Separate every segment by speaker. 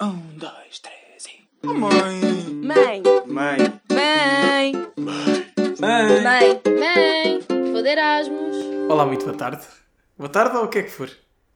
Speaker 1: Um, dois, três e. Oh, mãe!
Speaker 2: Mãe,
Speaker 1: Mãe!
Speaker 2: mãe,
Speaker 1: Mãe!
Speaker 2: mãe, mãe, vou de Erasmus.
Speaker 3: Olá, muito boa tarde. Boa tarde ou o que é que for.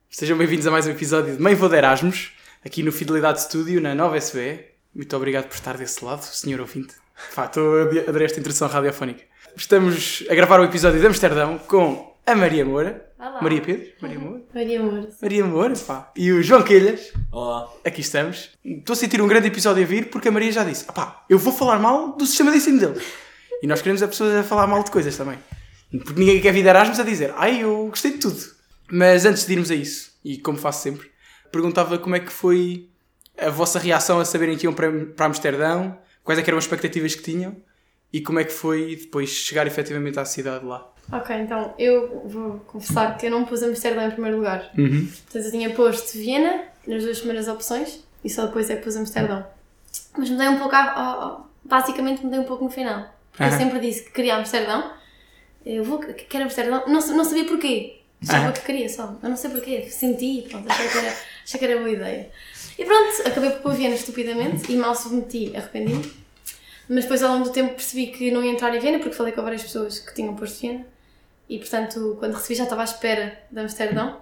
Speaker 3: Sejam bem-vindos a mais um episódio de Mãe Vou de Erasmus, aqui no Fidelidade Studio, na Nova SBE. Muito obrigado por estar desse lado, senhor ouvinte. Pá, estou a adi- adorar esta introdução radiofónica. Estamos a gravar o episódio de Amsterdão com a Maria Moura.
Speaker 2: Olá.
Speaker 3: Maria Pedro. Maria Moura.
Speaker 2: Maria amor.
Speaker 3: Maria Moura, pá. E o João Quilhas.
Speaker 1: Olá!
Speaker 3: Aqui estamos. Estou a sentir um grande episódio a vir porque a Maria já disse: "Ah pá, eu vou falar mal do sistema de ensino deles. E nós queremos as pessoas a falar mal de coisas também. Porque ninguém quer vir de Erasmus a dizer: Ai, eu gostei de tudo. Mas antes de irmos a isso, e como faço sempre, perguntava como é que foi a vossa reação a saberem que iam para, para Amsterdão, quais é que eram as expectativas que tinham e como é que foi depois chegar efetivamente à cidade lá.
Speaker 4: Ok, então eu vou confessar que eu não pus Amsterdão em primeiro lugar. Portanto, eu tinha posto Viena nas duas primeiras opções e só depois é que pus Amsterdão. Mas mudei um pouco, a, basicamente mudei um pouco no final. Porque
Speaker 3: Aham.
Speaker 4: eu sempre disse que queria Amsterdão. Eu vou, que- quero Amsterdão. Não, sa- não sabia porquê. Achava
Speaker 3: Aham.
Speaker 4: que queria só. Eu não sei porquê. Senti, pronto, achei que era, achei que era boa ideia. E pronto, acabei por pôr Viena estupidamente e mal submeti, arrependi-me. Mas depois ao longo do tempo percebi que não ia entrar em Viena porque falei com várias pessoas que tinham posto Viena. E portanto, quando recebi já estava à espera de Amsterdão.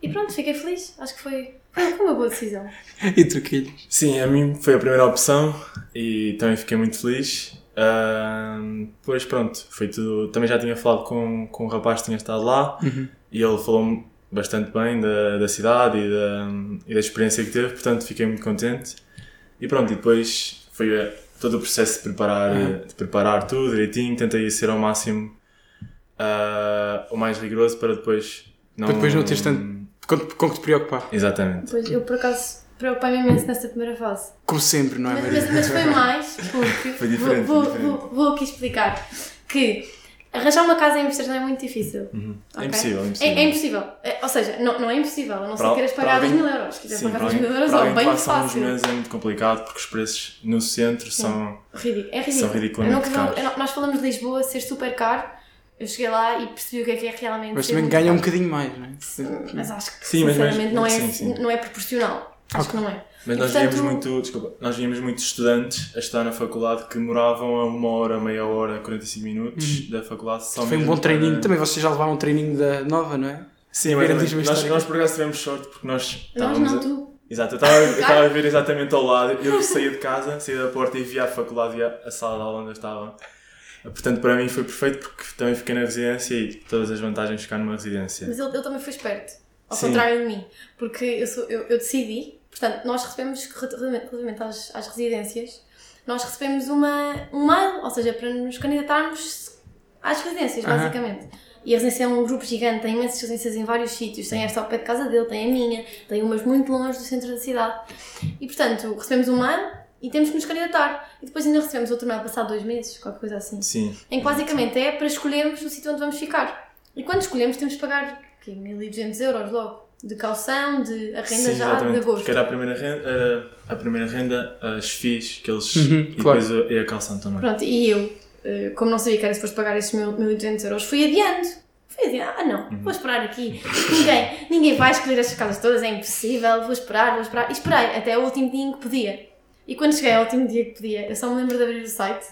Speaker 4: E pronto, fiquei feliz. Acho que foi, foi uma boa decisão.
Speaker 3: E tu, Quilhas?
Speaker 5: Sim, a mim foi a primeira opção e também fiquei muito feliz. Ahm, pois pronto, foi tudo. Também já tinha falado com, com um rapaz que tinha estado lá
Speaker 3: Uhum.
Speaker 5: e ele falou-me bastante bem da, da cidade e da, e da experiência que teve, portanto fiquei muito contente. E pronto, e depois foi eh, todo o processo de preparar,
Speaker 3: Uhum.
Speaker 5: de preparar tudo direitinho, tentei ser ao máximo ah, o mais rigoroso para depois não.
Speaker 3: Para depois não teres tanto- Com, com que te preocupar?
Speaker 5: Exatamente.
Speaker 4: Pois eu por acaso preocupei-me imenso nessa primeira fase.
Speaker 3: Como sempre, não é,
Speaker 4: Mas,
Speaker 3: Maria?
Speaker 4: mas- mas foi mais porque
Speaker 5: Foi diferente,
Speaker 4: vou,
Speaker 5: foi diferente.
Speaker 4: vou- vou aqui explicar que arranjar uma casa em Amsterdão é muito difícil.
Speaker 5: É
Speaker 4: ok?
Speaker 5: impossível, é impossível.
Speaker 4: É, é impossível. É, ou seja, não, não é impossível, a não ser
Speaker 5: Para-
Speaker 4: que queiras
Speaker 5: para
Speaker 4: pagar 2
Speaker 5: alguém-
Speaker 4: mil euros. Se quiser
Speaker 5: Sim,
Speaker 4: pagar
Speaker 5: para
Speaker 4: 2 mil
Speaker 5: alguém,
Speaker 4: euros,
Speaker 5: para
Speaker 4: é bem
Speaker 5: alguém que faça alguns
Speaker 4: fácil.
Speaker 5: meses é muito complicado porque os preços no centro são.
Speaker 4: Ridículo. É ridículo.
Speaker 5: São ridiculamente
Speaker 4: Eu nunca vou-
Speaker 5: caros.
Speaker 4: eu não- nós falamos de Lisboa ser super caro. Eu cheguei lá e percebi o que é que é realmente.
Speaker 3: Mas
Speaker 4: ser
Speaker 3: também
Speaker 4: muito
Speaker 3: ganha um
Speaker 4: caro.
Speaker 3: bocadinho mais, não é?
Speaker 4: Mas acho que
Speaker 5: Sim, mas- mas-
Speaker 4: sinceramente não, é,
Speaker 5: sim, sim.
Speaker 4: não é proporcional. Acho que não é.
Speaker 5: Mas
Speaker 4: E,
Speaker 5: nós
Speaker 4: portanto,
Speaker 5: víamos muito. Desculpa, nós víamos muitos estudantes a estar na faculdade que moravam a uma hora, meia hora, 45 minutos da faculdade. Só
Speaker 3: Foi um
Speaker 5: mesmo
Speaker 3: bom treininho.
Speaker 5: para-
Speaker 3: Também vocês já levaram um treininho da nova, não é?
Speaker 5: Sim, mas
Speaker 3: Viram
Speaker 5: nós,
Speaker 3: Lisboa
Speaker 5: nós,
Speaker 3: histórica.
Speaker 5: nós por acaso tivemos sorte porque nós.
Speaker 4: Nós
Speaker 5: estávamos
Speaker 4: não,
Speaker 5: Tá, a-
Speaker 4: tu.
Speaker 5: Exato, eu estava, eu estava a ver exatamente ao lado. Eu saía de casa, saía da porta e via a faculdade e a, a sala de aula onde eu estava. Portanto, para mim foi perfeito porque também fiquei na residência e todas as vantagens de ficar numa residência.
Speaker 4: Mas ele, ele também foi esperto. Ao
Speaker 5: Sim.
Speaker 4: contrário de mim. Porque eu, sou- eu, eu decidi. Portanto, nós recebemos, relativamente relativamente às, às residências, nós recebemos uma, um mail, ou seja, para nos candidatarmos às residências,
Speaker 3: Aham.
Speaker 4: basicamente. E a residência é um grupo gigante, tem imensas residências em vários sítios. Tem esta ao pé de casa dele, tem a minha, tem umas muito longe do centro da cidade. E portanto, recebemos um mail e temos que nos candidatar. E depois ainda recebemos outro mail passado dois meses, qualquer coisa assim.
Speaker 5: Sim.
Speaker 4: Em que basicamente é para escolhermos o sítio onde vamos ficar. E quando escolhemos, temos de pagar quê? 1.200 euros logo. De calção, de arrenda já, de agosto.
Speaker 5: Porque é era a primeira renda, eh, a primeira renda eh, as FIIs que eles.
Speaker 3: Uhum,
Speaker 5: e
Speaker 3: claro.
Speaker 5: depois a, e a calção também.
Speaker 4: Pronto, e eu, eh, como não sabia que era suposto pagar esses 1.000 1.200 euros, fui adiando. Fui adiando. Ah, não,
Speaker 5: Uhum.
Speaker 4: vou esperar aqui. Ninguém, ninguém vai escolher estas casas todas, é impossível. Vou esperar, vou esperar. E esperei até o último dia em que podia. E quando cheguei ao último dia que podia, eu só me lembro de abrir o site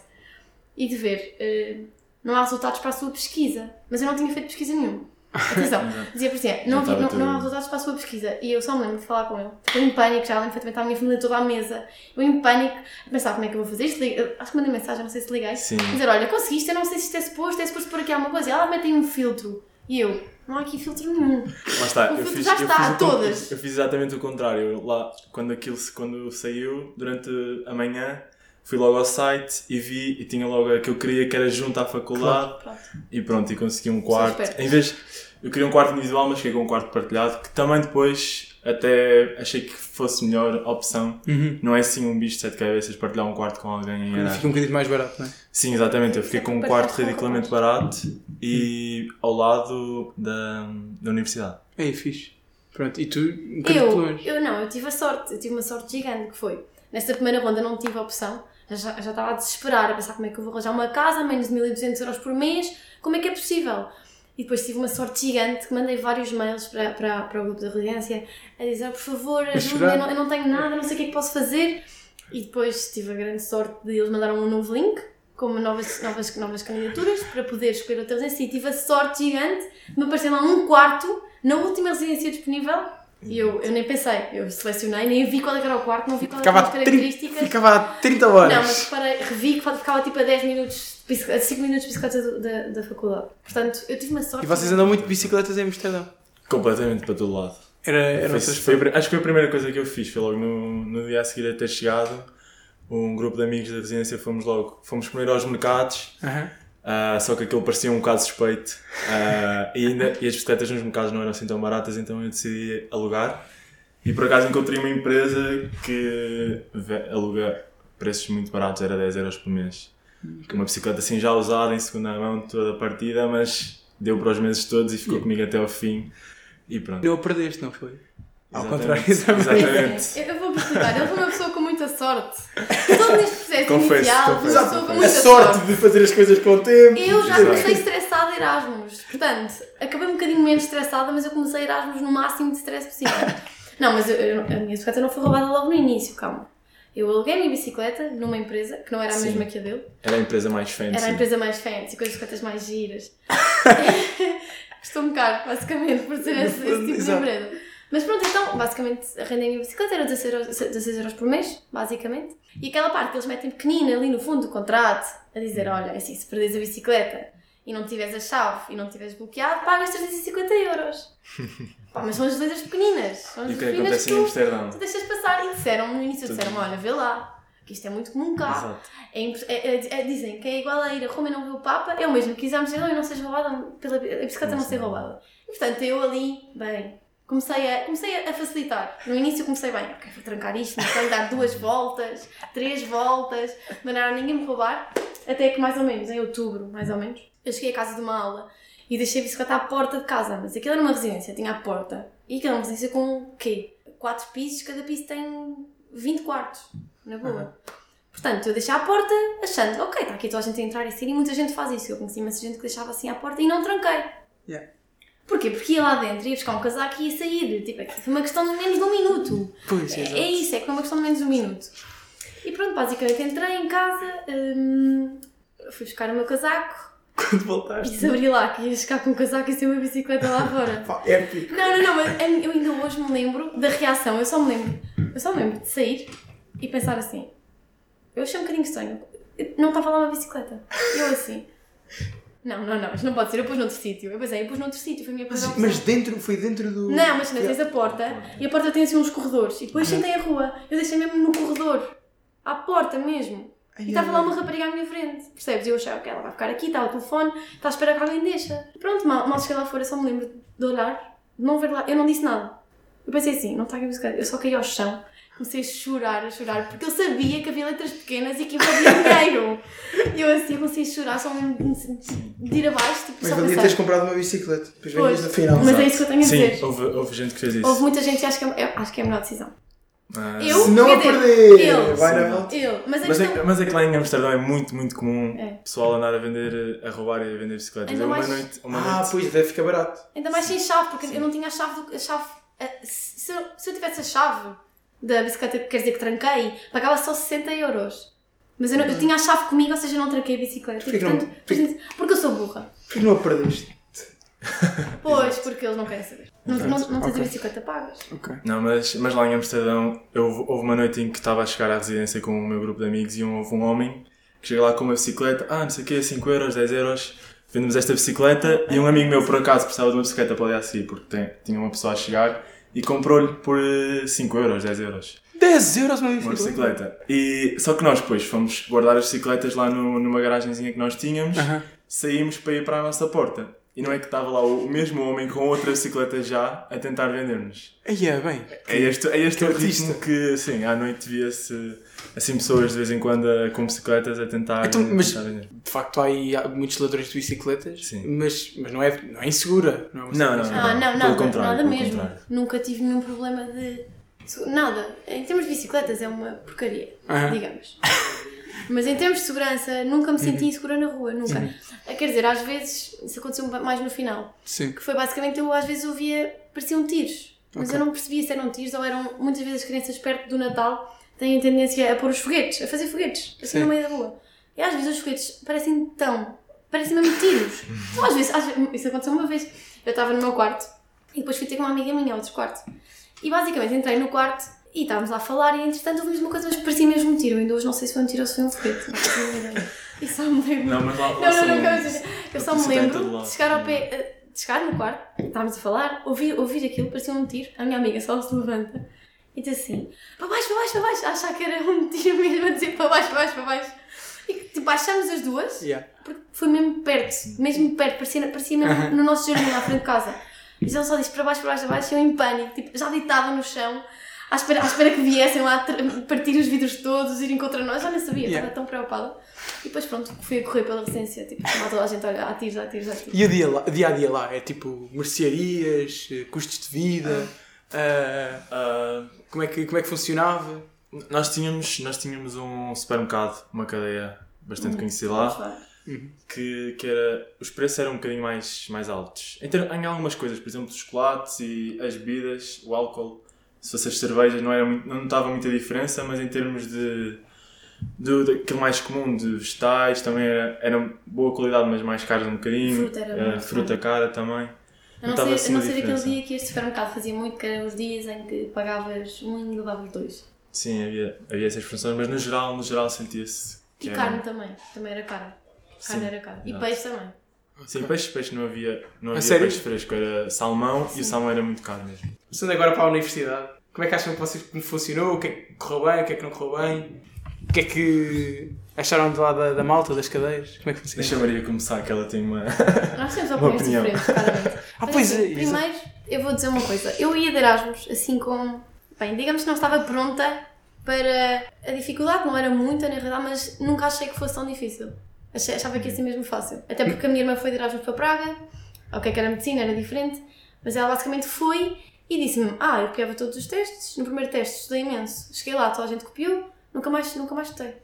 Speaker 4: e de ver. eh, não há resultados para a sua pesquisa. Mas eu não tinha feito pesquisa nenhuma. Atenção, dizia por assim, não,
Speaker 5: estava
Speaker 4: havia- não,
Speaker 5: tudo-
Speaker 4: não há resultados para a sua pesquisa. E eu só me lembro de falar com ele. Fiquei em pânico, já lembro perfeitamente, estava a minha família toda à mesa. Eu em pânico, a pensar como é que eu vou fazer isto. Liga- eu Acho que mandei mensagem, não sei se liguei.
Speaker 5: Sim.
Speaker 4: Dizer, olha, conseguiste, eu não sei se isto é suposto, é suposto por aqui alguma coisa. E ela metem um filtro. E eu, não há aqui filtro nenhum.
Speaker 5: Lá está,
Speaker 4: O
Speaker 5: eu
Speaker 4: filtro
Speaker 5: fiz,
Speaker 4: já
Speaker 5: eu
Speaker 4: está,
Speaker 5: fiz o con-
Speaker 4: todas.
Speaker 5: eu fiz exatamente o contrário. Eu Lá, quando aquilo se- quando saiu, durante a manhã, fui logo ao site e vi e tinha logo a que eu queria, que era junto à faculdade.
Speaker 4: Pronto.
Speaker 5: E pronto, e consegui um quarto.
Speaker 4: esperta.
Speaker 5: Em vez. Eu queria um quarto individual, mas fiquei com um quarto partilhado, que também depois até achei que fosse melhor opção. Não é assim um bicho de sete cabeças partilhar um quarto com alguém em Erasmus.
Speaker 3: Fica um bocadinho mais barato, não é?
Speaker 5: Sim, exatamente. Eu fiquei
Speaker 4: Sempre
Speaker 5: com um
Speaker 4: partilhado
Speaker 5: quarto
Speaker 4: com
Speaker 5: ridiculamente barato e ao lado da, da universidade.
Speaker 3: É fixe. Pronto, e tu, um bocadinho de
Speaker 4: Eu,
Speaker 3: longe.
Speaker 4: eu não, eu tive a sorte, eu tive uma sorte gigante que foi. Nessa primeira ronda não tive a opção, já, já, já estava a desesperar, a pensar como é que eu vou arranjar uma casa, menos de 1200 euros por mês, como é que é possível? E depois tive uma sorte gigante que mandei vários mails para, para, para o grupo da residência a dizer, por favor, ajudem,
Speaker 3: chorar?
Speaker 4: eu, não- eu não tenho nada, não sei o que é que posso fazer. E depois tive a grande sorte de eles mandaram um novo link com novas, novas, novas candidaturas para poder escolher o teu residência. E tive a sorte gigante de me aparecer lá um quarto na última residência disponível. E eu, eu nem pensei, eu selecionei, nem vi qual é que era o quarto, não vi qual é que
Speaker 3: Ficava
Speaker 4: eram as
Speaker 3: a, 30,
Speaker 4: características.
Speaker 3: ficava a 30
Speaker 4: Não, mas
Speaker 3: horas.
Speaker 4: reparei, revi que ficava tipo a 10 minutos, de bicicleta- a 5 minutos de bicicleta do- da, da faculdade. Portanto, eu tive uma sorte.
Speaker 3: E vocês andam muito de bicicletas em Amsterdão.
Speaker 5: Completamente para todo lado.
Speaker 3: Era, era
Speaker 5: Foi-
Speaker 3: outras
Speaker 5: foi a pri- acho que foi a primeira coisa que eu fiz. Foi logo no, no dia a seguir a ter chegado. Um grupo de amigos da residência fomos logo. Fomos primeiro aos mercados.
Speaker 3: Aham.
Speaker 5: ah, só que aquilo parecia um bocado suspeito. Ah, e, ainda, e as bicicletas nos mercados não eram assim tão baratas, então eu decidi alugar. E por acaso encontrei uma empresa que ve- aluga preços muito baratos, era 10 euros por mês. Uma bicicleta assim já usada, em segunda mão, toda partida, mas deu para os meses todos e ficou comigo até ao fim. E pronto.
Speaker 3: Não a perdeste, não foi? Ao
Speaker 5: Exatamente.
Speaker 3: contrário, também.
Speaker 5: Exatamente.
Speaker 4: Eu, eu vou-vos explicar, eu sou uma pessoa com muita sorte. Todo neste processo
Speaker 5: Confesso,
Speaker 4: inicial, uma
Speaker 5: confesso,
Speaker 4: pessoa com
Speaker 5: confesso.
Speaker 4: muita
Speaker 3: de fazer as coisas com o tempo.
Speaker 4: Eu já
Speaker 5: Exato.
Speaker 4: comecei estressada a Erasmus. Portanto, acabei um bocadinho menos estressada, mas eu comecei a Erasmus no máximo de stress possível. Não, mas eu- eu- a minha bicicleta não foi roubada logo no início, calma. Eu aluguei a minha bicicleta numa empresa, que não era a
Speaker 5: Sim.
Speaker 4: mesma que a dele.
Speaker 5: Era a empresa mais fancy.
Speaker 4: Era a empresa mais fancy, com as bicicletas mais giras. Estou um caro, basicamente, por ser esse, esse tipo
Speaker 3: Exato.
Speaker 4: de empresa. Mas pronto, então, basicamente, arrendei a minha bicicleta, era 16 euros, 16 euros por mês, basicamente. E aquela parte que eles metem pequenina ali no fundo do contrato, a dizer,
Speaker 5: Uhum.
Speaker 4: olha, é assim, se perderes a bicicleta e não tiveres a chave e não tiveres bloqueado, pagas 350 euros. Pá, mas são as letras pequeninas. São as
Speaker 5: E o que é que
Speaker 4: pequeninas
Speaker 5: acontece em
Speaker 4: tu-
Speaker 5: Amsterdão?
Speaker 4: Tu deixas passar e disseram no início,
Speaker 5: Tudo.
Speaker 4: disseram, olha, vê lá, que isto é muito comum cá.
Speaker 5: Exato.
Speaker 4: É impre- é- é- é- dizem que é igual a ir a Roma e não ver o Papa, é o mesmo que exames e não seja roubada, pela, a bicicleta não ser roubada. E portanto, eu ali, bem, comecei a, comecei a facilitar. No início comecei bem, ok, vou trancar isto, não sei, dar duas voltas, três voltas, de maneira a ninguém me roubar, até que mais ou menos, em outubro, mais ou menos, eu cheguei à casa de uma aula e deixei a bicicleta à porta de casa, mas aquilo era uma residência, tinha a porta. E aquilo era uma residência com o quê? Quatro pisos, cada piso tem 20 quartos, na boa. Portanto, eu deixei à porta achando, ok, está aqui toda a gente a entrar e sair e muita gente faz isso. Eu conheci imensa gente que deixava assim à porta e não tranquei.
Speaker 3: Yeah.
Speaker 4: Porquê? Porque ia lá dentro, ia buscar um casaco e ia sair. Tipo, é que foi uma questão de menos de um minuto.
Speaker 3: Pois,
Speaker 4: É,
Speaker 3: exato.
Speaker 4: é isso, é que foi uma questão de menos de um minuto. E pronto, basicamente entrei em casa, hum, fui buscar o meu casaco
Speaker 3: Quando
Speaker 4: e
Speaker 3: voltaste.
Speaker 4: desabri lá que ia ficar com o casaco e sem uma bicicleta lá fora.
Speaker 3: Pá, épico.
Speaker 4: Não, não, não, mas a mim- eu ainda hoje me lembro da reação, eu só me lembro, eu só me lembro de sair e pensar assim, eu achei um bocadinho estranho, não estava lá uma bicicleta, eu assim, não, não, não, isto não pode ser, eu pus noutro sítio, eu pensei, eu pus noutro sítio, foi a minha primeira
Speaker 3: Mas,
Speaker 4: opção.
Speaker 3: mas dentro, foi dentro do.
Speaker 4: Não, mas não, tens a porta e a porta tem assim uns corredores e depois sentei a rua, eu deixei mesmo no corredor, à porta mesmo.
Speaker 3: Ai,
Speaker 4: E estava lá
Speaker 3: ai,
Speaker 4: uma rapariga à minha frente, percebes? E eu achei, ok, ela vai ficar aqui, está o telefone, está à espera que alguém deixa. Pronto, mal, mal cheguei lá fora, só me lembro de olhar, de não ver lá, eu não disse nada. Eu pensei assim, não está aqui a bicicleta, eu só caí ao chão, comecei a chorar, a chorar, porque eu sabia que havia letras pequenas e que envolvia dinheiro. E eu assim, eu comecei a chorar, só me de de ir abaixo, tipo,
Speaker 3: Mas
Speaker 4: só
Speaker 3: valia
Speaker 4: pensar.
Speaker 3: teres comprado uma bicicleta. Depois vendes
Speaker 4: Pois.
Speaker 3: no final.
Speaker 4: Mas é isso que eu tenho a dizer.
Speaker 5: Sim, houve, houve gente que fez isso.
Speaker 4: Houve muita gente que acha que é, eu acho que é a melhor decisão.
Speaker 5: Ah,
Speaker 4: Eu?
Speaker 3: Se não a
Speaker 4: Quer dizer,
Speaker 3: perder,
Speaker 4: eu-
Speaker 3: vai
Speaker 5: Sim.
Speaker 3: na volta.
Speaker 4: Eu, mas a
Speaker 5: Mas
Speaker 4: questão-
Speaker 5: é, mas é que lá em Amsterdão é muito, muito comum
Speaker 4: É.
Speaker 5: o pessoal andar a vender, eh, a roubar e a vender bicicletas.
Speaker 4: Ainda
Speaker 5: Eu uma
Speaker 4: mais-
Speaker 5: noite, uma
Speaker 3: Ah,
Speaker 5: noite
Speaker 3: pois, deve ficar barato.
Speaker 4: Ainda mais sem chave, porque eu não tinha a chave. Do, a chave a- se, se eu- se eu tivesse a chave da bicicleta, quer dizer que tranquei, pagava só 60 euros. Mas eu, não- eu tinha a chave comigo, ou seja, eu não tranquei a bicicleta.
Speaker 3: Porquê
Speaker 4: E,
Speaker 3: que não-
Speaker 4: portanto, portanto, porque eu sou burra.
Speaker 3: Porque não a perdeste.
Speaker 4: Pois, porque eles não querem saber. Não, não, não tens
Speaker 3: Ok.
Speaker 4: a bicicleta, pagas.
Speaker 3: Ok.
Speaker 5: Não, mas, mas lá em Amsterdão eu, houve uma noite em que estava a chegar à residência com o meu grupo de amigos e um, houve um homem que chega lá com uma bicicleta, ah, não sei o quê, 5 euros, 10 euros, vendemos esta bicicleta e um amigo meu por acaso precisava de uma bicicleta para ali a seguir porque tem- tinha uma pessoa a chegar e comprou-lhe por 5 euros, 10 euros
Speaker 3: 10 euros uma
Speaker 5: uma
Speaker 3: bicicleta.
Speaker 5: bicicleta. E, só que nós depois fomos guardar as bicicletas lá no- numa garagenzinha que nós tínhamos,
Speaker 3: Aham.
Speaker 5: saímos para ir para a nossa porta. E não é que estava lá o, o mesmo homem com outra bicicleta já a tentar vender-nos.
Speaker 3: Aí é bem.
Speaker 5: É este, é este
Speaker 3: Que
Speaker 5: o
Speaker 3: artista.
Speaker 5: ritmo que, sim, à noite via-se assim pessoas de vez em quando a- com bicicletas a tentar.
Speaker 3: Então, mas-
Speaker 5: tentar vender.
Speaker 3: De facto, há aí há muitos ladrões de bicicletas,
Speaker 5: Sim.
Speaker 3: mas, mas não, é, não é insegura. Não, é uma
Speaker 5: Não, não,
Speaker 3: cena-
Speaker 5: não.
Speaker 4: Ah, não,
Speaker 5: pelo
Speaker 4: nada,
Speaker 5: contrário,
Speaker 4: nada
Speaker 5: pelo
Speaker 4: mesmo.
Speaker 5: contrário.
Speaker 4: Nunca tive nenhum problema de. de- Nada. Em termos de bicicletas, é uma porcaria,
Speaker 3: Aham.
Speaker 4: digamos. Mas em termos de segurança, nunca me senti insegura na rua, nunca. Quer dizer, às vezes, isso aconteceu mais no final,
Speaker 3: Sim.
Speaker 4: que foi basicamente eu às vezes ouvia, pareciam tiros, mas
Speaker 3: Ok.
Speaker 4: eu não percebia se eram tiros ou eram, muitas vezes as crianças perto do Natal têm a tendência a pôr os foguetes, a fazer foguetes, assim
Speaker 3: Sim.
Speaker 4: no meio da rua. E às vezes os foguetes parecem tão, parecem mesmo tiros.
Speaker 3: Uhum.
Speaker 4: Ou às vezes, às vezes- isso aconteceu uma vez, eu estava no meu quarto e depois fui ter com uma amiga minha ao outro quarto. E basicamente entrei no quarto e estávamos lá a falar e entretanto ouvimos uma coisa, mas parecia mesmo um tiro. Eu Ainda hoje não sei se foi um tiro ou se foi um foguete. Não faço a mínima ideia. Eu só me lembro.
Speaker 5: Não, mas lá, lá
Speaker 4: Não, não, não,
Speaker 5: são-
Speaker 4: calma, calma. eu só me
Speaker 5: Isso está em todo
Speaker 4: lembro
Speaker 5: lado.
Speaker 4: de chegar ao pé, eh, de chegar no quarto, estávamos a falar, ouvir, ouvir aquilo, parecia um tiro. A minha amiga só se levanta e diz assim: para baixo, para baixo, para baixo. a Achar que era um tiro mesmo, a dizer para baixo, para baixo, para baixo. E tipo, baixámos as duas,
Speaker 3: Yeah.
Speaker 4: porque foi mesmo perto, mesmo perto, parecia, parecia mesmo
Speaker 3: Aham.
Speaker 4: no nosso jardim lá à frente de casa. Mas ele só disse para baixo, para baixo, para baixo, e eu em pânico, tipo, já deitava no chão. À espera, à espera que viessem lá tra- partir os vidros todos, irem contra nós, já nem sabia,
Speaker 3: Yeah.
Speaker 4: estava tão preocupada. E depois pronto, fui a correr pela residência, tipo, chamar toda a gente, olha, há tiros, há tiros, há tiros.
Speaker 3: E o dia, lá- dia a dia lá? É tipo mercearias, eh, custos de vida, ah,
Speaker 5: Ah,
Speaker 3: como, é que, como é que funcionava?
Speaker 5: nós, tínhamos, nós tínhamos um supermercado, uma cadeia
Speaker 3: Hum.
Speaker 5: bastante conhecida lá. que, que era, os preços eram um bocadinho mais, mais altos. Em, ter- em algumas coisas, por exemplo, os chocolates e as bebidas, o álcool, se fossem as cervejas, não, era, muito- não notava muita diferença, mas em termos de, de, daquilo mais comum, de vegetais, também era, era boa qualidade, mas mais caras um bocadinho.
Speaker 4: Fruta era
Speaker 5: Eh,
Speaker 4: muito
Speaker 5: fruta cara também.
Speaker 4: A não,
Speaker 5: Notava
Speaker 4: ser,
Speaker 5: assim
Speaker 4: a não
Speaker 5: uma
Speaker 4: ser aquele
Speaker 5: diferença.
Speaker 4: dia que este supermercado fazia muito, que eram os dias em que pagavas um e levavas dois.
Speaker 5: Sim, havia, havia essas funções, mas no geral, no geral sentia-se.
Speaker 4: E
Speaker 5: que era-
Speaker 4: carne também, também era carne. Carne
Speaker 5: Sim,
Speaker 4: era carne. E
Speaker 5: verdade.
Speaker 4: peixe também.
Speaker 5: Sim, peixe, peixe não havia, não havia
Speaker 3: sério?
Speaker 5: peixe fresco, era salmão e o salmão era muito caro mesmo.
Speaker 3: Passando agora para a universidade, como é que acham que vocês como funcionou? O que é que correu bem? O que é que não correu bem? O que é que acharam de lá da, da malta, das cadeiras? Como é que funcionou?
Speaker 5: Deixa a Maria começar, que ela tem uma.
Speaker 4: Nós temos
Speaker 5: Uma
Speaker 4: opiniões
Speaker 5: opinião.
Speaker 4: diferentes, claramente.
Speaker 3: Ah,
Speaker 4: Mas,
Speaker 3: pois
Speaker 4: assim,
Speaker 3: é, exato.
Speaker 4: Primeiro, eu vou dizer uma coisa. Eu ia de Erasmus, assim com... Bem, digamos que não estava pronta para... A dificuldade não era muita, na realidade, mas nunca achei que fosse tão difícil. Achei- achava que ia ser mesmo fácil. Até porque a minha irmã foi de Erasmus para Praga. Ok, que era medicina, era diferente. Mas ela basicamente foi e disse-me... Ah, eu copiava todos os testes. No primeiro teste estudei imenso. Cheguei lá, toda a gente copiou. Nunca mais, nunca mais estudei.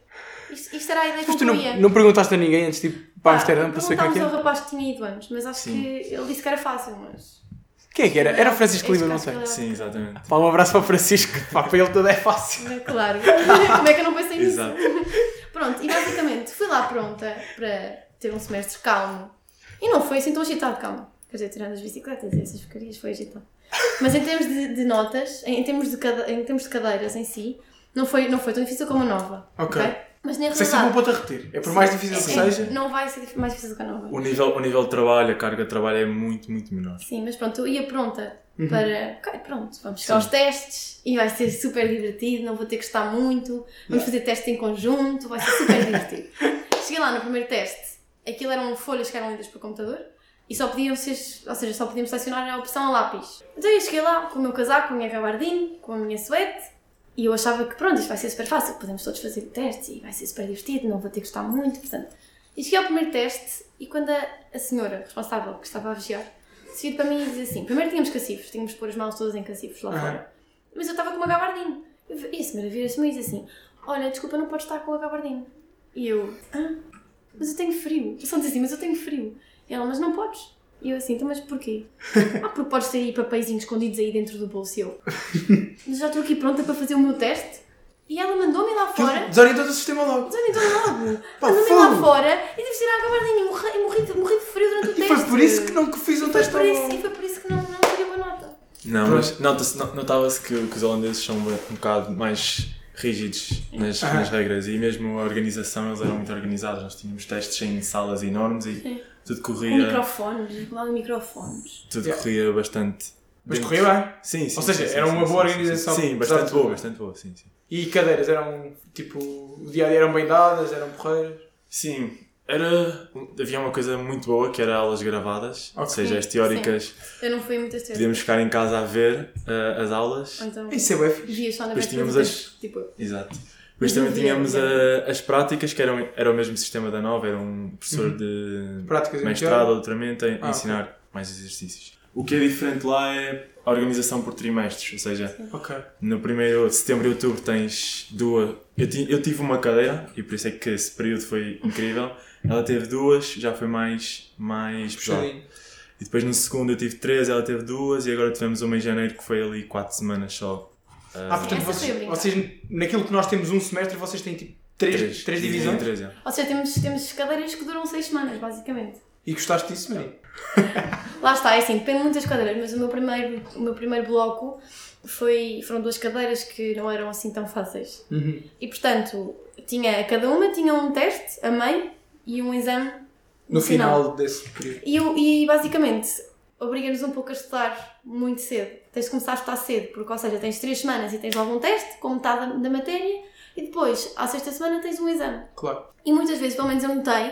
Speaker 4: Isto, isto era a ideia que
Speaker 3: Mas
Speaker 4: eu
Speaker 3: tu não,
Speaker 4: queria.
Speaker 3: não perguntaste a ninguém antes de ir para
Speaker 4: é Ah,
Speaker 3: Amsterdã para saber como é que
Speaker 4: perguntámos
Speaker 3: era?
Speaker 4: ao rapaz que tinha ido antes, mas acho
Speaker 5: Sim.
Speaker 4: que ele disse que era fácil, mas...
Speaker 3: Quem é que era? Era o Francisco Lima, não
Speaker 4: Este
Speaker 3: sei.
Speaker 4: acho que
Speaker 5: Sim, exatamente.
Speaker 3: Pá, um abraço para o Francisco. Pá, para ele tudo é fácil.
Speaker 4: ele- Claro. Como é que eu não pensei nisso?
Speaker 5: Exato.
Speaker 4: Pronto, e basicamente fui lá pronta para ter um semestre calmo. E não foi assim tão agitado, calmo. Quer dizer, tirando as bicicletas e essas porcarias, foi agitado. Mas em termos de, de notas, em, em termos de cade- em termos de cadeiras em si, não foi, não foi tão difícil como a nova.
Speaker 3: Ok.
Speaker 4: Mas na
Speaker 3: Isso é sempre um
Speaker 4: realidade...
Speaker 3: ponto a repetir. É por mais difícil que seja.
Speaker 4: Não vai ser dif- mais difícil que a nova.
Speaker 5: O nível, o nível de trabalho, a carga de trabalho é muito, muito menor.
Speaker 4: Sim, mas pronto, eu ia pronta para. Ok, pronto, vamos chegar aos testes e vai ser super divertido, não vou ter que estar muito, vamos fazer testes em conjunto, vai ser super divertido. Cheguei lá no primeiro teste, aquilo eram folhas que eram lidas por computador e só podiam ser, ou seja, só podíamos selecionar a opção a lápis. Então eu cheguei lá com o meu casaco, com a minha gabardine, com a minha suéte e eu achava que pronto, isto vai ser super fácil, podemos todos fazer testes e vai ser super divertido, não vou ter que estar muito, portanto. E cheguei ao primeiro teste e quando a, a senhora responsável que estava a vigiar se vir para mim e dizer assim: primeiro tínhamos cacifros, tínhamos de pôr as mãos todas em cacifros lá
Speaker 3: Aham.
Speaker 4: fora. Mas eu estava com uma gabardine. Eu vi- E a senhora vira-se para mim e diz assim: olha, desculpa, não podes estar com a gabardine. E eu: ah, mas eu tenho frio. Eu só disse assim: mas eu tenho frio. E ela: mas não podes. E eu assim: então, mas porquê? ah, porque podes ter aí papeizinhos escondidos aí dentro do bolso. E eu: mas já estou aqui pronta para fazer o meu teste. E ela mandou-me lá fora.
Speaker 3: Aquilo Desorientou o sistema logo.
Speaker 4: Mas olha, então logo.
Speaker 3: Pá,
Speaker 4: Andou-me lá
Speaker 3: fogo.
Speaker 4: fora e tive de tirar a gabardinha. Morri, morri, de- morri de frio durante o
Speaker 3: E
Speaker 4: teste.
Speaker 3: foi por isso que não fiz um
Speaker 4: Foi
Speaker 3: teste
Speaker 4: por
Speaker 3: tão
Speaker 4: isso, e
Speaker 3: bom.
Speaker 4: foi por isso que não, não tirei boa nota.
Speaker 5: Não, mas nota-se- no- notava-se que, que os holandeses são um um bocado mais rígidos nas,
Speaker 3: Aham.
Speaker 5: nas regras e mesmo a organização, eles eram muito organizados. Nós tínhamos testes em salas enormes e tudo
Speaker 4: Com
Speaker 5: corria,
Speaker 4: microfones, lá microfones.
Speaker 5: tudo
Speaker 3: Yeah.
Speaker 5: corria bastante.
Speaker 3: Mas
Speaker 5: dentro-
Speaker 3: correu bem.
Speaker 5: Sim, sim.
Speaker 3: Ou seja,
Speaker 5: sim,
Speaker 3: era
Speaker 5: sim,
Speaker 3: uma
Speaker 5: sim,
Speaker 3: boa
Speaker 5: sim, sim.
Speaker 3: organização, apesar
Speaker 5: Sim,
Speaker 3: de
Speaker 5: bastante boa,
Speaker 3: tudo.
Speaker 5: bastante boa, sim, sim.
Speaker 3: E cadeiras eram tipo. O dia a dia eram bem dadas, eram porreiras.
Speaker 5: Sim, era, havia uma coisa muito boa que era aulas gravadas, ou
Speaker 3: Ok.
Speaker 5: seja, as teóricas
Speaker 4: Eu não fui muitas vezes.
Speaker 5: podíamos ficar em casa a ver eh, as aulas.
Speaker 4: Ou Então,
Speaker 3: Isso é bem fixe.
Speaker 4: via só na
Speaker 5: Depois
Speaker 4: véspera do
Speaker 5: tínhamos as-
Speaker 4: teste, Tipo, eu.
Speaker 5: Exato.
Speaker 4: Mas
Speaker 5: Depois também
Speaker 4: eu vi,
Speaker 5: tínhamos
Speaker 4: eu
Speaker 5: a- as práticas, que eram, era o mesmo sistema da nova, era um professor de
Speaker 3: Uhum. Práticas em
Speaker 5: mestrado, doutoramento, a
Speaker 3: Ah,
Speaker 5: ensinar mais exercícios. O que é diferente lá é a organização por trimestres, ou seja,
Speaker 3: Ok.
Speaker 5: no primeiro de setembro e outubro tens duas. Eu, ti- eu tive uma cadeira, e por isso é que esse período foi incrível. Ela teve duas, já foi mais, mais pesado.
Speaker 3: Puxadinho.
Speaker 5: E depois no segundo eu tive três, ela teve duas, e agora tivemos uma em janeiro que foi ali quatro semanas só.
Speaker 3: Ah, portanto,
Speaker 4: Essa foi a
Speaker 3: vocês,
Speaker 4: brincar.
Speaker 3: vocês, naquilo que nós temos um semestre, vocês têm tipo três, três, divisões.
Speaker 5: Três, é.
Speaker 4: Ou seja, temos, temos cadeiras que duram seis semanas, basicamente.
Speaker 3: E gostaste disso, Maria?
Speaker 4: Lá está, é assim, depende muito das cadeiras, mas o meu primeiro, o meu primeiro bloco foi, foram duas cadeiras que não eram assim tão fáceis.
Speaker 3: Uhum.
Speaker 4: E portanto, tinha, cada uma tinha um teste, a meio, e um exame
Speaker 3: No final desse período.
Speaker 4: E, eu- e basicamente, obriga-nos um pouco a estudar muito cedo. Tens de começar a estudar cedo, porque, ou seja, tens três semanas e tens logo um teste, com metade da, da matéria, e depois, à sexta semana, tens um exame.
Speaker 3: Claro.
Speaker 4: E muitas vezes, pelo menos eu notei,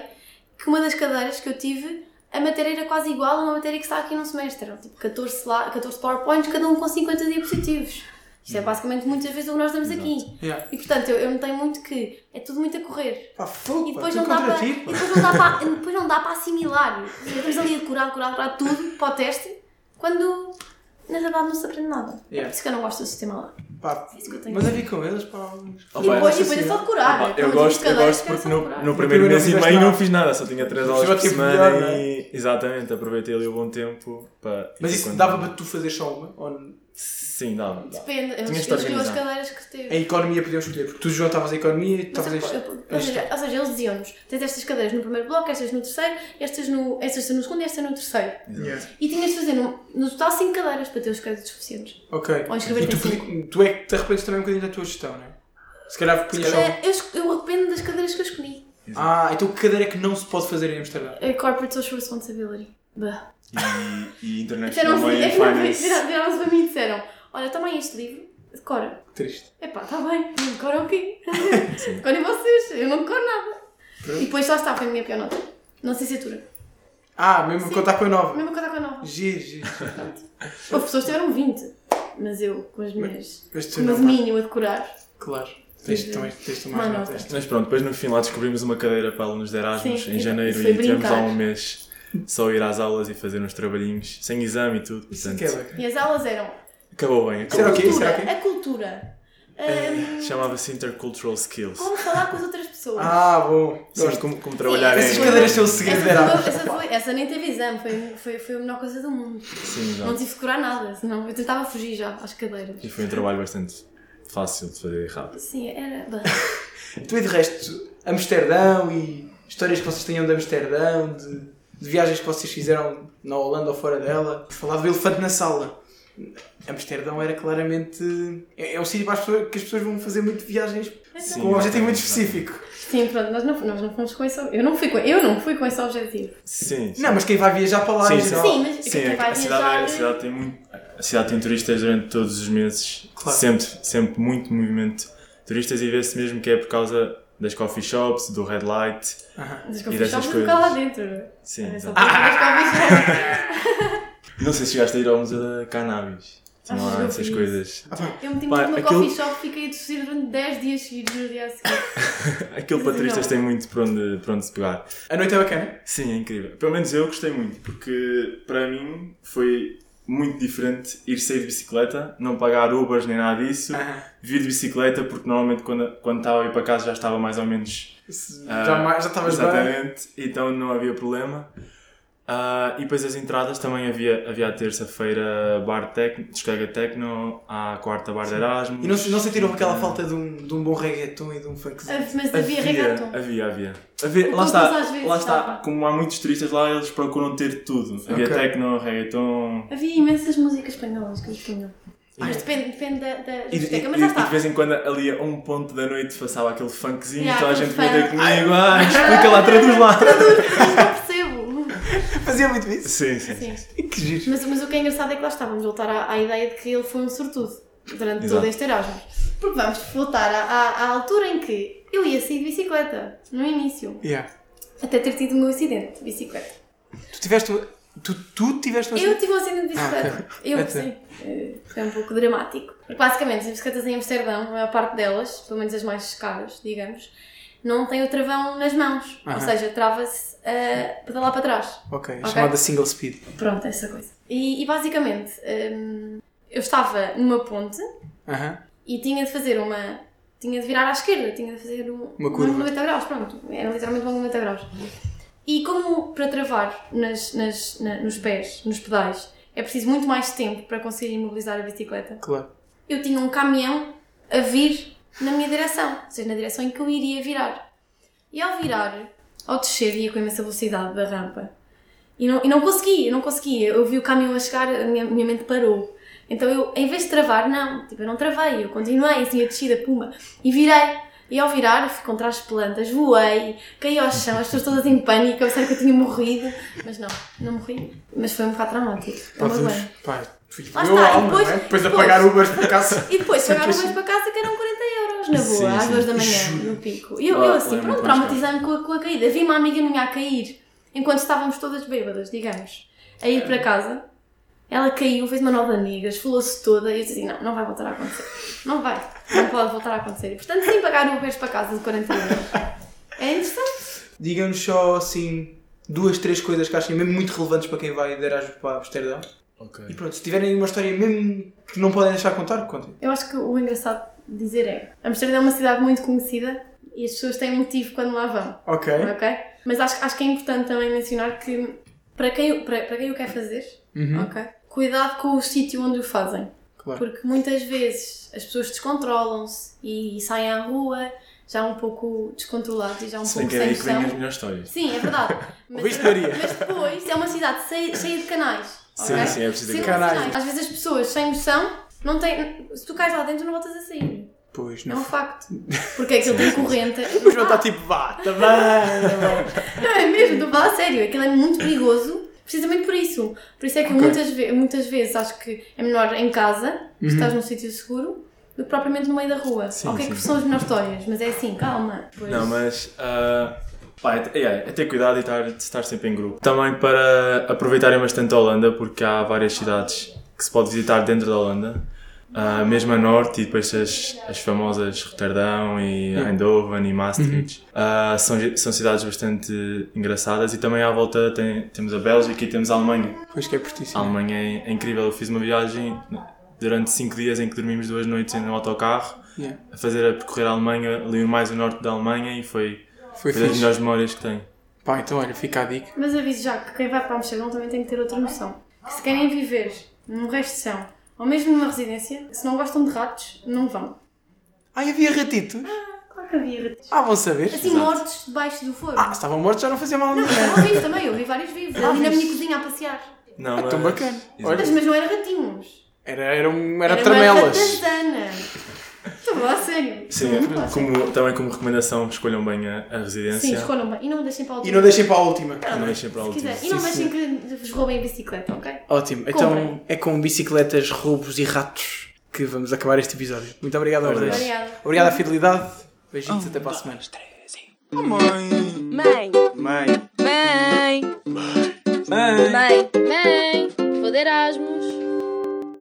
Speaker 4: que uma das cadeiras que eu tive, a matéria era quase igual a uma matéria que está aqui num semestre. Eram tipo 14, lá, 14 PowerPoints, cada um com 50 diapositivos. Isto é basicamente muitas vezes o que nós damos aqui.
Speaker 3: Yeah.
Speaker 4: E portanto, eu, eu notei muito que é tudo muito a correr.
Speaker 3: Pá, fogo,
Speaker 4: E
Speaker 3: pá,
Speaker 4: depois
Speaker 3: tu
Speaker 4: não, dá
Speaker 3: contra
Speaker 4: para,
Speaker 3: ti,
Speaker 4: e
Speaker 3: pá.
Speaker 4: depois não dá para e depois não dá para assimilar. Estamos ali a decorar, decorar, decorar tudo para o teste, quando na verdade não se aprende nada. É
Speaker 3: Yeah.
Speaker 4: por isso que eu não gosto do sistema lá.
Speaker 3: Pá,
Speaker 4: isso que eu tenho
Speaker 3: Mas
Speaker 4: que
Speaker 3: a ver com eles, pá.
Speaker 5: Ah,
Speaker 4: e
Speaker 5: pá,
Speaker 4: depois,
Speaker 5: não
Speaker 4: e
Speaker 5: sei
Speaker 4: depois é
Speaker 3: se-
Speaker 4: só decorar.
Speaker 5: é Opa,
Speaker 4: né?
Speaker 5: eu
Speaker 4: Como as
Speaker 5: gosto, eu
Speaker 4: cadeiras
Speaker 5: gosto
Speaker 4: que é só
Speaker 5: porque no,
Speaker 4: decorar.
Speaker 5: no
Speaker 3: primeiro
Speaker 5: primeiro
Speaker 3: não
Speaker 5: mês e
Speaker 3: fizeste
Speaker 5: meio
Speaker 3: nada.
Speaker 5: não fiz nada, só tinha 3
Speaker 3: Por
Speaker 5: horas
Speaker 3: cima
Speaker 5: por
Speaker 3: tive
Speaker 5: semana
Speaker 3: melhor, não é?
Speaker 5: e. Exatamente, aproveitei ali o bom tempo para.
Speaker 3: Mas isso dava para tu fazer só uma? Ou
Speaker 5: Sim, dava. dava.
Speaker 4: Depende, eu,
Speaker 5: Tinhas de
Speaker 4: eu escolhi as
Speaker 5: organizar.
Speaker 4: cadeiras que teve.
Speaker 3: a economia podiam escolher? Porque tu juntavas a economia e tu
Speaker 4: Mas eu-
Speaker 3: estavas a-
Speaker 4: eu- ou, seja, ou seja, eles diziam-nos: tens estas cadeiras no primeiro bloco, estas no terceiro, estas no, estas no segundo e esta no terceiro.
Speaker 3: Yeah.
Speaker 4: E tinhas de fazer no, no total 5 cadeiras para ter os créditos suficientes.
Speaker 3: Ok.
Speaker 4: Ou escrever
Speaker 3: E
Speaker 4: assim.
Speaker 3: tu,
Speaker 4: em cinco.
Speaker 3: podi- tu é que te arrependes também um bocadinho da tua gestão, não é? Se calhar punhas só.
Speaker 4: Eh, Eu, es- eu arrependo das cadeiras que eu escolhi.
Speaker 3: Ah, então que cadeira é que não se pode fazer em Amsterdã?
Speaker 4: Eh, Corporate Social Responsibility. Bah.
Speaker 5: E, e International
Speaker 4: Disseram-se,
Speaker 5: Money and Finance.
Speaker 4: viraram-se para mim e disseram: Olha, toma aí este livro, decora.
Speaker 3: Que Triste.
Speaker 4: Epá, está bem, não decora o quê? Decorem vocês, eu não decoro nada.
Speaker 3: Pronto.
Speaker 4: E depois lá está, foi a minha pior nota. Não licenciatura.
Speaker 3: Ah, mesmo a contar com a
Speaker 4: A
Speaker 3: nova.
Speaker 4: mesma coisa com a nova.
Speaker 3: Giro, giro.
Speaker 4: As pessoas tiveram 20, mas eu, com as minhas.
Speaker 3: Mas tu
Speaker 4: Com o meu
Speaker 3: não, pá.
Speaker 4: domínio a decorar.
Speaker 3: Claro. Tens de tomar tens de tomar
Speaker 4: Uma
Speaker 3: nota.
Speaker 4: nota.
Speaker 5: Mas pronto, depois no fim lá descobrimos uma cadeira para alunos de Erasmus
Speaker 4: Sim,
Speaker 5: em
Speaker 4: e-
Speaker 5: janeiro
Speaker 4: e
Speaker 5: e
Speaker 4: foi
Speaker 5: tivemos lá
Speaker 4: brincar.
Speaker 5: um mês só a ir às aulas e fazer uns trabalhinhos, sem exame e tudo.
Speaker 3: Isso é
Speaker 5: portanto,
Speaker 3: que é bacana.
Speaker 4: E as aulas eram
Speaker 5: acabou bem,
Speaker 3: Será
Speaker 4: a
Speaker 5: acabou. É,
Speaker 3: o quê? Será o
Speaker 4: cultura,
Speaker 3: quê?
Speaker 4: a cultura. ahm,
Speaker 5: Chamava-se Intercultural Skills.
Speaker 4: como falar com as outras pessoas.
Speaker 3: Ah, bom.
Speaker 5: Sim,
Speaker 3: Gosto.
Speaker 5: como, como trabalhar é-
Speaker 4: Sim,
Speaker 5: em.
Speaker 3: Essas cadeiras são o segredo da
Speaker 4: essa,
Speaker 3: Erasmus.
Speaker 4: foi, essa, foi, essa nem teve exame, foi, foi, foi a melhor coisa do mundo.
Speaker 5: Sim,
Speaker 4: Não
Speaker 5: exato.
Speaker 4: tive que curar nada, senão eu tentava fugir já às cadeiras.
Speaker 5: E foi um trabalho bastante fácil de fazer e rápido.
Speaker 4: Sim, era.
Speaker 3: Tu e de resto, Amsterdão e histórias que vocês tenham de Amsterdão, de, de viagens que vocês fizeram na Holanda ou fora dela. Por Falar do elefante na sala. Amsterdão era claramente. É, é um sítio para as pessoas, que as pessoas vão fazer muito viagens
Speaker 5: Sim,
Speaker 3: com um objetivo muito
Speaker 5: exatamente,
Speaker 3: específico.
Speaker 4: Sim, pronto, nós não, nós não fomos com esse eu não fui com Eu não fui com esse objetivo.
Speaker 5: Sim, sim.
Speaker 3: Não, mas quem vai viajar para lá
Speaker 5: Sim,
Speaker 3: em
Speaker 5: sim.
Speaker 3: geral.
Speaker 4: Sim, mas
Speaker 5: Sim,
Speaker 4: quem
Speaker 5: a,
Speaker 4: vai
Speaker 5: a cidade,
Speaker 4: viajar.
Speaker 5: a cidade tem muito. A cidade tem turistas durante todos os meses,
Speaker 3: Claro.
Speaker 5: sempre, sempre muito movimento de turistas e vê-se mesmo que é por causa das coffee shops, do red light.
Speaker 3: Aham.
Speaker 4: Mas
Speaker 5: e
Speaker 4: coffee
Speaker 5: dessas
Speaker 4: shops
Speaker 5: coisas.
Speaker 4: nunca lá dentro. Era
Speaker 5: Sim,
Speaker 4: só
Speaker 5: exato.
Speaker 4: para ah!
Speaker 5: Não sei se chegaste a ir ao Museu da Cannabis. Tinha
Speaker 4: Acho
Speaker 5: lá
Speaker 4: que Ah, eu
Speaker 5: essas
Speaker 4: fiz.
Speaker 5: coisas.
Speaker 3: "Ah, tá
Speaker 4: Eu meti-me
Speaker 5: Pá,
Speaker 4: numa
Speaker 5: aquilo-
Speaker 4: coffee shop, fiquei a tossir durante 10 dias seguidos no dia a seguir.
Speaker 5: Aquilo para turistas tem muito por onde, por onde se pegar.
Speaker 3: A noite é bacana.
Speaker 5: Sim, é incrível. Pelo menos eu gostei muito, porque para mim foi muito diferente ir sair de bicicleta, não pagar Ubers nem nada disso,
Speaker 3: Aham.
Speaker 5: vir de bicicleta, porque normalmente quando, quando estava a ir para casa já estava mais ou menos
Speaker 3: Se-
Speaker 5: Ah,
Speaker 3: já, mais, já estavas bem.
Speaker 5: Exatamente, então não havia problema. Ah, e depois as entradas também havia, havia à terça-feira bar tecno, descarga tecno, à quarta bar de Erasmus.
Speaker 3: E não, não sentiram aquela
Speaker 5: Ah,
Speaker 3: falta de um, de um bom reggaeton e de um funk?
Speaker 4: Ah, Mas havia regatão.
Speaker 5: Havia, havia. havia
Speaker 4: O
Speaker 5: lá
Speaker 4: que
Speaker 5: está,
Speaker 4: todas as Então, vezes
Speaker 5: lá está.
Speaker 4: estava.
Speaker 5: Como há muitos turistas lá, eles procuram ter tudo. Havia
Speaker 3: Ok.
Speaker 5: tecno, reggaeton.
Speaker 4: Havia imensas músicas espanholas que eu espanhol. Mas depende, depende da, da
Speaker 5: E, e-
Speaker 4: discoteca. Mas
Speaker 5: e-
Speaker 4: já
Speaker 5: e de
Speaker 4: está.
Speaker 5: vez em quando ali a um ponto da noite passava aquele funkzinho,
Speaker 4: Yeah,
Speaker 5: então a
Speaker 4: aquele
Speaker 5: gente vinha ter
Speaker 4: funk.
Speaker 5: comigo, ah, explica lá, traduz lá.
Speaker 4: Não percebo.
Speaker 3: Fazia muito isso.
Speaker 5: Sim, sim.
Speaker 4: Sim.
Speaker 3: Que giro.
Speaker 4: Mas, mas o que é engraçado é que lá está, vamos voltar à, à ideia de que ele foi um sortudo durante
Speaker 5: Exato.
Speaker 4: todo este Erasmus. Porque vamos voltar à, à- à altura em que eu ia sair de bicicleta, no início,
Speaker 3: Yeah.
Speaker 4: até ter tido o meu acidente de bicicleta.
Speaker 3: Tu tiveste. um- Tu, tu tiveste um
Speaker 4: Eu tive um acidente de bicicleta.
Speaker 3: Ah,
Speaker 4: Eu,
Speaker 3: ok.
Speaker 4: sim. Eh, Foi um pouco dramático. Porque basicamente, as bicicletas em Amsterdão, a maior parte delas, pelo menos as mais caras, digamos, não têm o travão nas mãos.
Speaker 3: Aham.
Speaker 4: Ou seja, trava-se a pedalar para trás.
Speaker 3: Ok,
Speaker 4: Ok.
Speaker 3: chamada single speed.
Speaker 4: Pronto, é essa coisa. E, e basicamente, hum, eu estava numa ponte
Speaker 3: Aham.
Speaker 4: e tinha de fazer uma. Tinha de virar à esquerda, tinha de fazer um,
Speaker 3: Uma curva.
Speaker 4: 90 graus, pronto. Era literalmente uma 90 graus. E como para travar nas, nas, na- nos pés, nos pedais, é preciso muito mais tempo para conseguir imobilizar a bicicleta,
Speaker 3: Claro.
Speaker 4: eu tinha um caminhão a vir na minha direção, ou seja, na direção em que eu iria virar. E ao virar, ao descer, ia com imensa velocidade da rampa. E não, e não consegui, eu não consegui. Eu vi o caminhão a chegar, a minha, minha mente parou. Então eu, em vez de travar, não, tipo, eu não travei, eu continuei assim a descida, puma, e virei. E ao virar, eu fui contra as plantas, voei, caí ao chão, as pessoas todas em pânico, eu pensei que eu tinha morrido, mas não, não morri. Mas foi um bocado traumático. Eu
Speaker 3: Pá,
Speaker 4: magoei.
Speaker 3: Deus, pá, fui
Speaker 4: Lá
Speaker 3: meu
Speaker 4: está, e
Speaker 3: alma,
Speaker 4: depois-
Speaker 3: não é? Depois de
Speaker 4: depois-
Speaker 3: pagar Ubers por acaso.
Speaker 4: E depois
Speaker 3: Sempre
Speaker 4: pagaram
Speaker 3: assim.
Speaker 4: mais para casa que eram 40 euros, na boa,
Speaker 5: Sim,
Speaker 4: às
Speaker 5: sim.
Speaker 4: 2 da manhã, no pico. E eu,
Speaker 5: Lá-
Speaker 4: eu
Speaker 5: lá
Speaker 4: assim,
Speaker 5: é
Speaker 4: pronto,
Speaker 5: muito mais
Speaker 4: traumatizei-me com, a- com a caída. Vi uma amiga minha a cair, enquanto estávamos todas bêbadas, digamos, a ir para casa. Ela caiu, fez uma nova negra, esfolou-se toda e eu disse assim, não, não vai voltar a acontecer. Não vai, não pode voltar a acontecer. E, portanto, sim, pagaram o para casa de 40 euros. É interessante.
Speaker 3: Digam-nos só assim duas, três coisas que achem mesmo muito relevantes para quem vai de Erasmus para Amsterdão.
Speaker 5: Ok.
Speaker 3: E pronto, se tiverem uma história mesmo que não podem deixar de contar, contem.
Speaker 4: Eu acho que o engraçado de dizer é, Amsterdã é uma cidade muito conhecida e as pessoas têm motivo quando lá vão.
Speaker 3: Ok.
Speaker 4: Ok? Mas acho, acho que é importante também mencionar que para quem, para, para quem o quer fazer,
Speaker 3: Uhum.
Speaker 4: ok? Cuidado com o sítio onde o fazem.
Speaker 3: Claro.
Speaker 4: Porque muitas vezes as pessoas descontrolam-se e saem à rua já um pouco descontrolados e já um
Speaker 5: Se bem
Speaker 4: pouco
Speaker 5: que
Speaker 4: sem
Speaker 5: é aí que vêm as
Speaker 4: noção.
Speaker 5: melhores histórias.
Speaker 4: Sim, é verdade. Mas,
Speaker 3: Ouviste, Maria?
Speaker 4: mas depois é uma cidade cheia, cheia de canais.
Speaker 5: Sim,
Speaker 4: ok?
Speaker 5: sim, é preciso
Speaker 4: Cheia de
Speaker 3: canais.
Speaker 4: canais. Às vezes as pessoas sem noção não têm. Se tu cais lá dentro não voltas a sair.
Speaker 3: Pois,
Speaker 4: É
Speaker 3: não.
Speaker 4: um facto. Porque é aquilo tem corrente.
Speaker 3: Mas vão estar tipo, vá, tá bem.
Speaker 4: Não, é mesmo,
Speaker 5: Uhum.
Speaker 4: estou a falar a sério. Aquilo é muito perigoso, precisamente por isso. Por isso é que muitas, ve- muitas vezes acho que é melhor em casa, se estás num sítio seguro, do que propriamente no meio da rua.
Speaker 5: Uhum. Sim,
Speaker 4: ok,
Speaker 5: sim.
Speaker 4: que são as melhores histórias, mas é assim, calma. Pois.
Speaker 5: Não, mas. ah, pá, é, é- é ter cuidado e estar, estar sempre em grupo. Também para aproveitarem bastante a Holanda, porque há várias cidades que se pode visitar dentro da Holanda. Ah, mesmo a norte e depois as, as famosas Roterdão e Eindhoven e Maastricht Ah, são, são cidades bastante engraçadas e também à volta tem- temos a Bélgica e temos a Alemanha
Speaker 3: Pois que é
Speaker 5: A
Speaker 3: pertíssimo.
Speaker 5: Alemanha é, é incrível. Eu fiz uma viagem durante 5 dias em que dormimos duas noites no autocarro,
Speaker 3: Yeah.
Speaker 5: a fazer a percorrer a Alemanha, ali mais o norte da Alemanha e foi,
Speaker 3: Foi
Speaker 5: foi é das
Speaker 3: fixe.
Speaker 5: melhores memórias que tenho.
Speaker 3: Pá, então olha, fica a dica.
Speaker 4: Mas aviso já que quem vai para Amsterdão também tem que ter outra noção. Que se querem viver num resto são ou mesmo numa residência, se não gostam de ratos, não vão.
Speaker 3: Ai, havia ratitos?
Speaker 4: Claro que havia ratos.
Speaker 3: Ah, vão saber.
Speaker 4: Assim, mortos debaixo do forno.
Speaker 3: Ah, se estavam mortos já não fazia mal a
Speaker 4: Não,
Speaker 3: ninguém.
Speaker 4: estavam vivos também, eu vi vários vivos.
Speaker 5: Ah,
Speaker 4: Ali na
Speaker 3: viste?
Speaker 4: minha cozinha a passear.
Speaker 5: Não,
Speaker 3: Ah, tão bacana. Olha.
Speaker 4: Mas, mas não eram ratinhos.
Speaker 3: Era, era, um, era,
Speaker 4: Era
Speaker 3: tramelas.
Speaker 4: uma ratazana. Estou a sério.
Speaker 5: é- Sim,
Speaker 3: é
Speaker 4: Estou a falar sério.
Speaker 5: como, também como recomendação, escolham bem a, a
Speaker 4: Sim,
Speaker 5: residência.
Speaker 4: escolham bem. E não deixem para o
Speaker 3: E não deixem para a última.
Speaker 5: não deixem para a
Speaker 4: Se
Speaker 5: última.
Speaker 4: quiser. E Ah, não
Speaker 3: Sim,
Speaker 4: deixem que vos roubem a bicicleta, ok?
Speaker 3: Ótimo. Então
Speaker 4: Comprem.
Speaker 3: é com bicicletas, roubos e ratos que vamos acabar este episódio. Muito obrigado aos dois.
Speaker 5: Obrigado.
Speaker 4: Obrigada.
Speaker 3: Obrigado à fidelidade. Beijinhos até para a semana.
Speaker 1: Treze. Mãe.
Speaker 2: Mãe,
Speaker 3: Mãe.
Speaker 2: mãe,
Speaker 1: Mãe.
Speaker 2: mãe, mãe, vou de Erasmus.